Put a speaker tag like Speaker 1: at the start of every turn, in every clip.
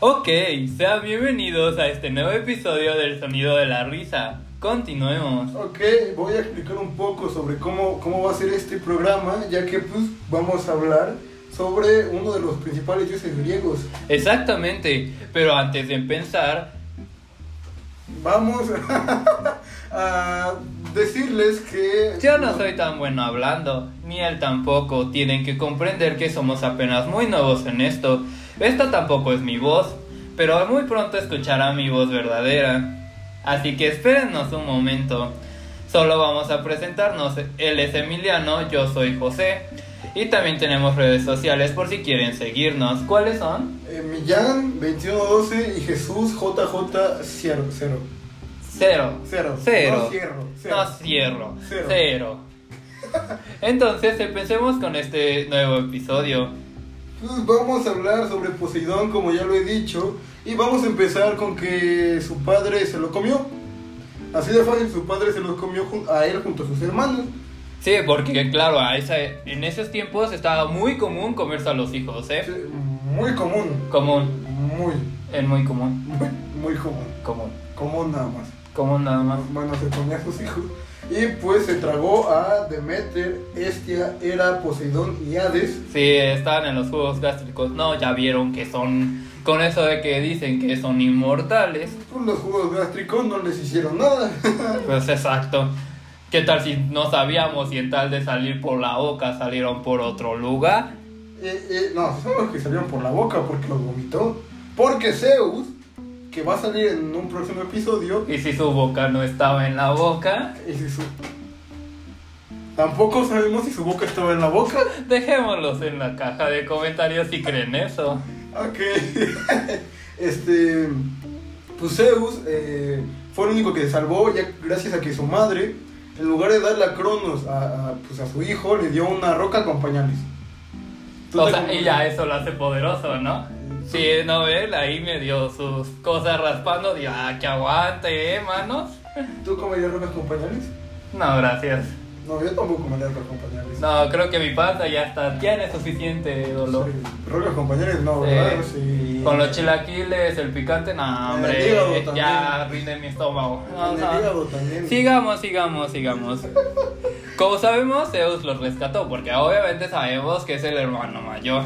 Speaker 1: Ok, sean bienvenidos a este nuevo episodio del Sonido de la Risa. Continuemos.
Speaker 2: Ok, voy a explicar un poco sobre cómo, cómo va a ser este programa, ya que pues vamos a hablar sobre uno de los principales dioses griegos.
Speaker 1: Exactamente, pero antes de empezar,
Speaker 2: Vamos a decirles que...
Speaker 1: yo no soy tan bueno hablando, ni él tampoco. Tienen que comprender que somos apenas muy nuevos en esto. Esta tampoco es mi voz, pero muy pronto escuchará mi voz verdadera. Así que espérennos un momento. Solo vamos a presentarnos. Él es Emiliano, yo soy José. Y también tenemos redes sociales por si quieren seguirnos. ¿Cuáles son?
Speaker 2: eh, Millán 2112 y Jesús JJ Cierro. Cero.
Speaker 1: Cero.
Speaker 2: Cero.
Speaker 1: Cero.
Speaker 2: No cierro, cero.
Speaker 1: No cierro.
Speaker 2: Cero.
Speaker 1: Cero. Entonces empecemos con este nuevo episodio.
Speaker 2: Pues vamos a hablar sobre Poseidón, como ya lo he dicho, y vamos a empezar con que su padre se lo comió. Así de fácil, su padre se lo comió jun- a él junto a sus hermanos.
Speaker 1: Sí, porque claro, a esa- en esos tiempos estaba muy común comerse a los hijos, ¿eh?
Speaker 2: Sí, Muy común.
Speaker 1: Común.
Speaker 2: Muy,
Speaker 1: Es muy común.
Speaker 2: muy, muy común.
Speaker 1: Común.
Speaker 2: Común nada más.
Speaker 1: Común nada más.
Speaker 2: Bueno, se comía a sus hijos. Y pues se tragó a Demeter, Estia, Hera, Poseidón y Hades.
Speaker 1: Sí, estaban en los juegos gástricos. No, ya vieron que son... Con eso de que dicen que son inmortales.
Speaker 2: Pues los jugos gástricos no les hicieron nada.
Speaker 1: Pues exacto. ¿Qué tal si no sabíamos y en tal de salir por la boca salieron por otro lugar?
Speaker 2: Eh, eh, no, son los que salieron por la boca porque los vomitó. Porque Zeus, que va a salir en un próximo episodio,
Speaker 1: Y si su boca no estaba en la boca,
Speaker 2: y si su- Tampoco sabemos si su boca estaba en la boca.
Speaker 1: dejémoslos en la caja de comentarios si creen eso.
Speaker 2: Ok. este. Pues Zeus eh, fue el único que se salvó, ya gracias a que su madre, en lugar de darle a Cronos a, a, pues a su hijo, le dio una roca con pañales. ¿Tú
Speaker 1: O
Speaker 2: te
Speaker 1: sea,
Speaker 2: acuerdas?
Speaker 1: y ya eso lo hace poderoso, ¿no? Sí, no, él ahí me dio sus cosas raspando, digo, ah, que aguante, ¿eh, manos?
Speaker 2: ¿Tú comerías rocas con pañales?
Speaker 1: No, gracias.
Speaker 2: No, yo tampoco comería rocas con pañales.
Speaker 1: No, creo que mi panza ya está, tiene suficiente dolor.
Speaker 2: Sí, Rocas con pañales no, ¿verdad?
Speaker 1: Sí.
Speaker 2: Sí.
Speaker 1: Con los chilaquiles, el picante, no,
Speaker 2: En el hígado
Speaker 1: hombre,
Speaker 2: también.
Speaker 1: ya rinde mi estómago. No,
Speaker 2: En el
Speaker 1: no.
Speaker 2: hígado también.
Speaker 1: Sigamos, sigamos, sigamos. Como sabemos, Zeus los rescató, porque obviamente sabemos que es el hermano mayor.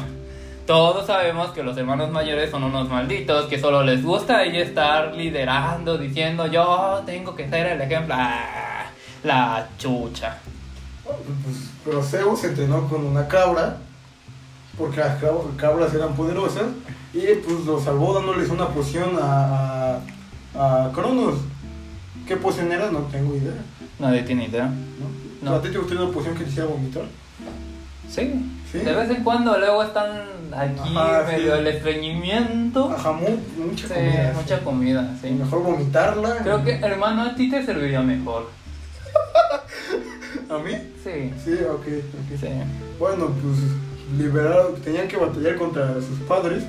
Speaker 1: Todos sabemos que los hermanos mayores son unos malditos, que solo les gusta ahí estar liderando, diciendo yo tengo que ser el ejemplo. Ah, la chucha.
Speaker 2: Pues, pero Zeus se entrenó con una cabra, porque las cab- cabras eran poderosas, y pues lo salvó dándoles una poción a, a, a Cronos. ¿Qué poción era? No tengo idea.
Speaker 1: Nadie tiene idea.
Speaker 2: ¿no?
Speaker 1: No.
Speaker 2: ¿A ti te gustó una poción que te hiciera vomitar?
Speaker 1: Sí.
Speaker 2: Sí.
Speaker 1: De vez en cuando luego están aquí
Speaker 2: Ajá, sí.
Speaker 1: medio el estreñimiento.
Speaker 2: Ajá, mu- mucha
Speaker 1: Sí,
Speaker 2: comida. sí.
Speaker 1: mucha comida, sí.
Speaker 2: Mejor vomitarla.
Speaker 1: Creo que hermano a ti te serviría mejor.
Speaker 2: ¿A mí?
Speaker 1: Sí.
Speaker 2: Sí, ok. ok.
Speaker 1: Sí.
Speaker 2: Bueno, pues liberaron, tenían que batallar contra sus padres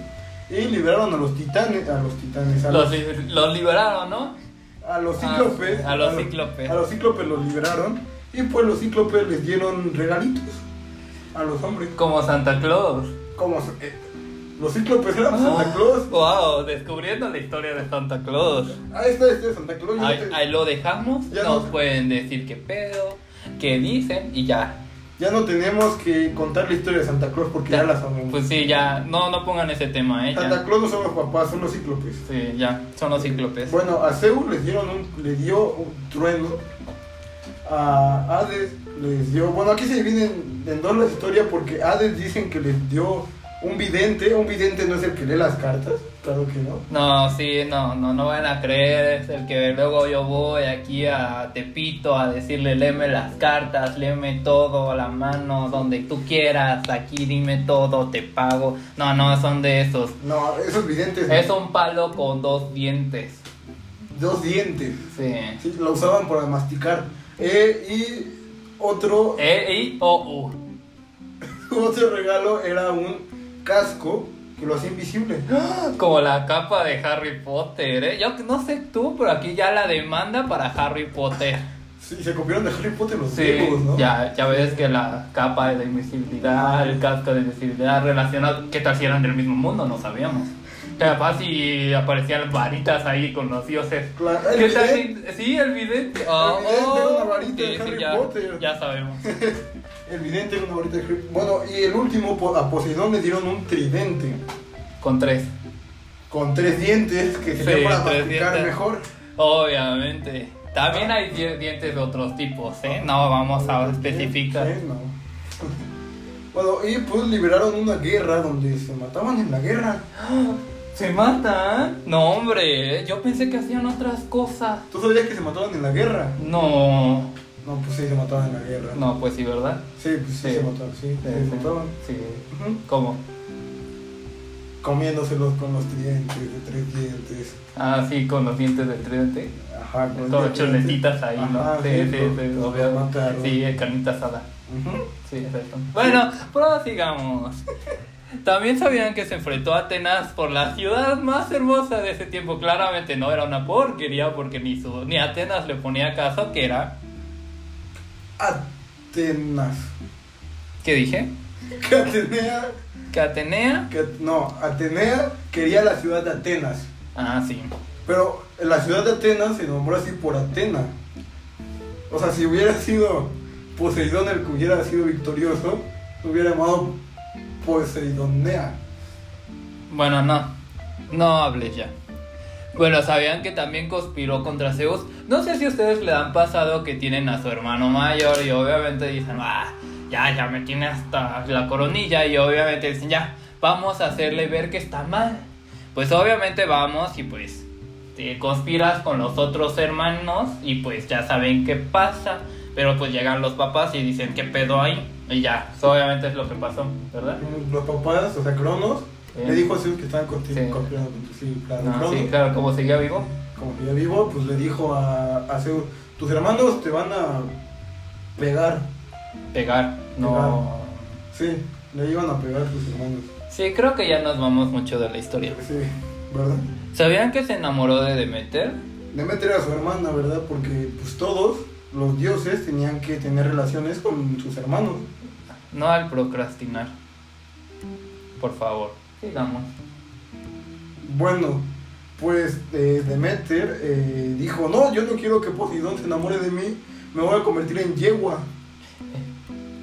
Speaker 2: y liberaron a los titanes, a los titanes, a
Speaker 1: Los, los liberaron, ¿no?
Speaker 2: A los cíclopes.
Speaker 1: Ah, a los cíclopes.
Speaker 2: A los cíclopes los liberaron. Y pues los cíclopes les dieron regalitos a los hombres.
Speaker 1: Como Santa Claus.
Speaker 2: Como se- eh, los cíclopes
Speaker 1: Ah.
Speaker 2: eran Ah, Santa Claus.
Speaker 1: Wow, descubriendo la historia de Santa Claus.
Speaker 2: Ahí está este Santa Claus. Ya,
Speaker 1: Ahí,
Speaker 2: te-
Speaker 1: ahí lo dejamos.
Speaker 2: Ya
Speaker 1: Nos
Speaker 2: no-
Speaker 1: pueden decir qué pedo, qué dicen y ya.
Speaker 2: ya no tenemos que contar la historia de Santa Claus porque ya,
Speaker 1: Ya,
Speaker 2: la sabemos.
Speaker 1: Pues sí, ya. No, no pongan ese tema, ¿eh? Ya.
Speaker 2: Santa Claus no son los papás, son los cíclopes.
Speaker 1: Sí, ya. Son los cíclopes.
Speaker 2: Bueno, a Zeus les dieron un, le dio un trueno. A Hades les dio. Bueno, aquí se dividen en dos la historia porque Hades dicen que les dio un vidente. Un vidente no es el que lee las cartas, claro que no.
Speaker 1: No, sí, no, no, no van a creer. Es el que luego yo voy aquí a Tepito a decirle, léeme las cartas, léeme todo a la mano, donde tú quieras, aquí dime todo, te pago. No, no, son de esos.
Speaker 2: No, esos videntes.
Speaker 1: Es un palo con dos dientes.
Speaker 2: Dos dientes.
Speaker 1: Sí.
Speaker 2: Sí, lo usaban para masticar. Eh, y otro,
Speaker 1: E, I, O, U.
Speaker 2: otro regalo era un casco que lo hacía invisible.
Speaker 1: ¿Ah? Como la capa de Harry Potter, ¿eh? Yo no sé tú, pero aquí ya la demanda para Harry Potter.
Speaker 2: Sí, se copiaron de Harry Potter los
Speaker 1: Sí,
Speaker 2: griegos, ¿no?
Speaker 1: ya, ya ves que la capa de invisibilidad, el casco de invisibilidad relacionado, ¿qué tal si eran del mismo mundo? No sabíamos. Capaz si aparecían varitas ahí con los dioses.
Speaker 2: Claro, el
Speaker 1: ¿Qué tal
Speaker 2: vidente.
Speaker 1: si- Sí, el vidente.
Speaker 2: El vidente era una varita
Speaker 1: sí,
Speaker 2: de
Speaker 1: sí,
Speaker 2: Harry
Speaker 1: ya,
Speaker 2: Potter.
Speaker 1: ya sabemos.
Speaker 2: El vidente era una varita de Harry- Bueno, y el último, po- a Poseidón le dieron un tridente
Speaker 1: Con tres.
Speaker 2: con tres dientes que sería
Speaker 1: Sí,
Speaker 2: para
Speaker 1: tres
Speaker 2: masticar
Speaker 1: dientes.
Speaker 2: mejor.
Speaker 1: Obviamente. También hay di- dientes de otros tipos, ¿eh? No vamos a especificar.
Speaker 2: Sí, no. Bueno, y pues liberaron una guerra donde se mataban en la guerra.
Speaker 1: ¿Se matan? No, hombre. ¿eh? Yo pensé que hacían otras cosas.
Speaker 2: ¿Tú sabías que se mataban en la guerra?
Speaker 1: No.
Speaker 2: No, pues sí, se mataban en la guerra.
Speaker 1: No, pues sí, ¿verdad?
Speaker 2: Sí, pues sí,
Speaker 1: Sí.
Speaker 2: se mataban, sí, se mataban.
Speaker 1: Sí.
Speaker 2: Ujú.
Speaker 1: ¿Cómo?
Speaker 2: Comiéndoselos con los dientes, de tres dientes.
Speaker 1: Ah, sí, con los dientes del tridente.
Speaker 2: Ajá, con
Speaker 1: Con
Speaker 2: los
Speaker 1: chuletitas ahí, ¿no? Sí, sí, sí, obvio. Sí, es carnita asada. Sí, exacto. Bueno, prosigamos. También sabían que se enfrentó a Atenas por la ciudad más hermosa de ese tiempo. Claramente no era una porquería porque ni su, ni Atenas le ponía caso que era.
Speaker 2: Atenas.
Speaker 1: ¿Qué dije?
Speaker 2: Que Atenea,
Speaker 1: Que Atenea.
Speaker 2: que, no, Atenea quería la ciudad de Atenas.
Speaker 1: Ah, sí.
Speaker 2: Pero la ciudad de Atenas se nombró así por Atena. O sea, si hubiera sido Poseidón el que hubiera sido victorioso, se hubiera llamado Poseidonea.
Speaker 1: Bueno, no. No hables ya. Bueno, sabían que también conspiró contra Zeus. No sé si ustedes le han pasado que tienen a su hermano mayor y obviamente dicen, ah, ya, ya me tiene hasta la coronilla y obviamente dicen, ya, vamos a hacerle ver que está mal. Pues obviamente vamos y pues te conspiras con los otros hermanos y pues ya saben qué pasa. Pero pues llegan los papás y dicen, ¿qué pedo hay? Y ya, eso obviamente es lo que pasó, ¿verdad?
Speaker 2: Los papás, o sea, Cronos,
Speaker 1: Sí.
Speaker 2: le dijo a Zeus que estaban contigo.
Speaker 1: Sí.
Speaker 2: Sí, claro,
Speaker 1: Ah,
Speaker 2: Cronos,
Speaker 1: sí, claro, como seguía vivo.
Speaker 2: como que ya vivo, pues le dijo a, a Zeus, tus hermanos te van a pegar.
Speaker 1: Pegar, no.
Speaker 2: Sí, le iban a pegar a tus hermanos.
Speaker 1: Sí, creo que ya nos vamos mucho de la historia.
Speaker 2: Sí, ¿verdad?
Speaker 1: ¿Sabían que se enamoró de Demeter?
Speaker 2: Demeter era su hermana, ¿verdad? Porque pues todos los dioses tenían que tener relaciones con sus hermanos.
Speaker 1: No al procrastinar. Por favor, sigamos.
Speaker 2: Bueno, pues eh, Demeter eh, dijo, no, yo no quiero que Poseidón se enamore de mí, me voy a convertir en yegua.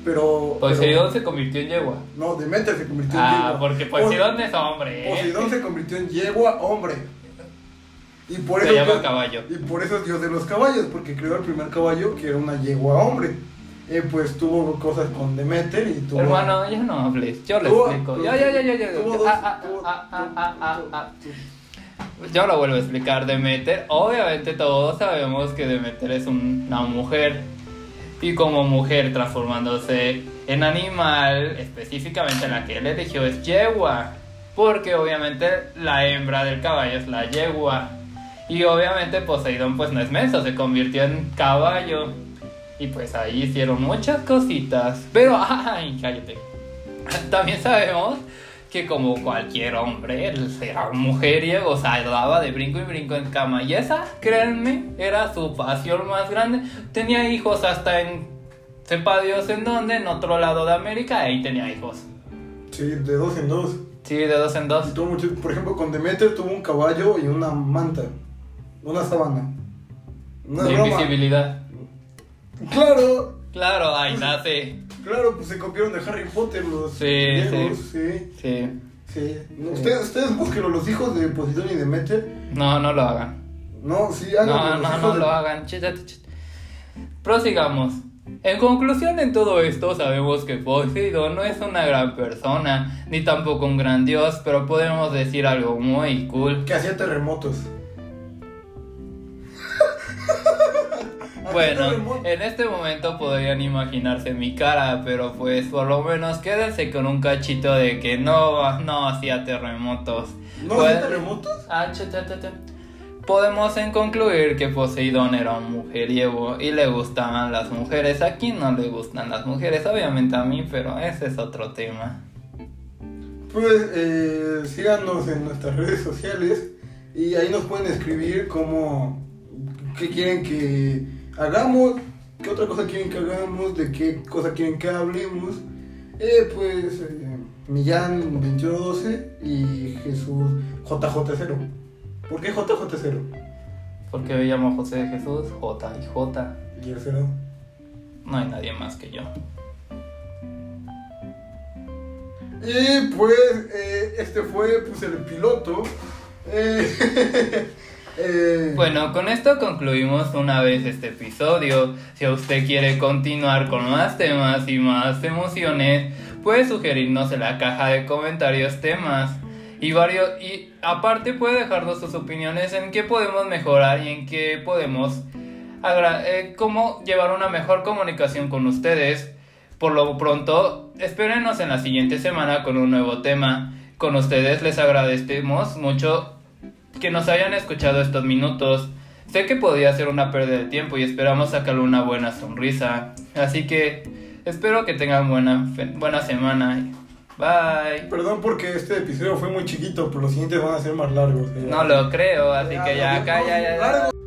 Speaker 2: Pero...
Speaker 1: Poseidón
Speaker 2: pero-
Speaker 1: Pues se convirtió en yegua.
Speaker 2: No, Demeter se convirtió en
Speaker 1: Ah,
Speaker 2: yegua.
Speaker 1: porque
Speaker 2: Pos-
Speaker 1: Poseidón es hombre. ¿eh?
Speaker 2: Poseidón se convirtió en yegua hombre. Y por
Speaker 1: Se
Speaker 2: eso
Speaker 1: llama
Speaker 2: Dios-
Speaker 1: caballo.
Speaker 2: Y por eso es dios de los caballos, porque creó el primer caballo que era una yegua hombre. Eh, pues tuvo cosas con Demeter y tuvo.
Speaker 1: Hermano, ya no hables, yo le
Speaker 2: Tuvo-
Speaker 1: explico.
Speaker 2: tuvo-
Speaker 1: Ya, ya, ya, ya, ya.
Speaker 2: tuvo dos-
Speaker 1: Ah, ah,
Speaker 2: tuvo-
Speaker 1: ah, ah, ah, ah, ah.
Speaker 2: tuvo-
Speaker 1: Yo lo vuelvo a explicar, Demeter. Obviamente todos sabemos que Demeter es un- una mujer. Y como mujer transformándose en animal, específicamente la que él eligió es yegua. Porque obviamente la hembra del caballo es la yegua. Y obviamente Poseidón pues no es menso, se convirtió en caballo. Y pues ahí hicieron muchas cositas. Pero, ay, cállate. También sabemos que como cualquier hombre, él era un mujeriego, o sea, daba de brinco y brinco en cama. Y esa, créanme, era su pasión más grande. Tenía hijos hasta en, sepa Dios en dónde, en otro lado de América, ahí tenía hijos.
Speaker 2: Sí, de dos en dos.
Speaker 1: Sí, de dos en
Speaker 2: Y
Speaker 1: dos.
Speaker 2: tuvo mucho- por ejemplo, con Demeter tuvo un caballo y una manta. Una sábana. Una
Speaker 1: de
Speaker 2: broma.
Speaker 1: invisibilidad.
Speaker 2: Claro,
Speaker 1: Claro, ahí nace.
Speaker 2: claro, pues se copiaron de Harry Potter los
Speaker 1: Sí,
Speaker 2: griegos, sí.
Speaker 1: Sí.
Speaker 2: Sí. No, Ustedes, ustedes búsquenlo, los hijos de Poseidón y Demeter.
Speaker 1: No, no lo hagan.
Speaker 2: No, sí,
Speaker 1: No,
Speaker 2: háganlo. los
Speaker 1: no,
Speaker 2: hijos
Speaker 1: no
Speaker 2: de-
Speaker 1: lo hagan. Chit, chit, chit. Prosigamos. En conclusión, en todo esto sabemos que Poseidón no es una gran persona, ni tampoco un gran dios, pero podemos decir algo muy cool.
Speaker 2: Que hacía terremotos.
Speaker 1: Bueno, en este momento podrían imaginarse mi cara, pero pues por lo menos quédense con un cachito de que no, no hacía terremotos.
Speaker 2: ¿No
Speaker 1: Pues-
Speaker 2: hacía terremotos?
Speaker 1: Ah, cha, cha, cha, cha. Podemos en concluir que Poseidón era un mujeriego y le gustaban las mujeres. Aquí no le gustan las mujeres, obviamente a mí, pero ese es otro tema.
Speaker 2: Pues eh, síganos en nuestras redes sociales y ahí nos pueden escribir cómo, qué quieren que hagamos, qué otra cosa quieren que hagamos, de qué cosa quieren que hablemos. Eh, pues eh, Millán 2112 y Jesús JJ0. ¿Por qué JJ0?
Speaker 1: Porque me llamo José de Jesús, J y J.
Speaker 2: Y el 0.
Speaker 1: No hay nadie más que yo.
Speaker 2: Y pues eh, este fue pues el piloto. Eh, eh,
Speaker 1: Bueno, con esto concluimos una vez este episodio. Si usted quiere continuar con más temas y más emociones, puede sugerirnos en la caja de comentarios temas. Y varios y aparte puede dejarnos sus opiniones en qué podemos mejorar y en qué podemos agra- eh, cómo llevar una mejor comunicación con ustedes. Por lo pronto, espérenos en la siguiente semana con un nuevo tema. Con ustedes les agradecemos mucho que nos hayan escuchado estos minutos. Sé que podía ser una pérdida de tiempo y esperamos sacarle una buena sonrisa. Así que espero que tengan buena, fe- buena semana. Bye.
Speaker 2: Perdón porque este episodio fue muy chiquito, pero los siguientes van a ser más largos. eh.
Speaker 1: No lo creo, así que ya,
Speaker 2: Ya,
Speaker 1: acá ya, ya.
Speaker 2: largo.
Speaker 1: ya.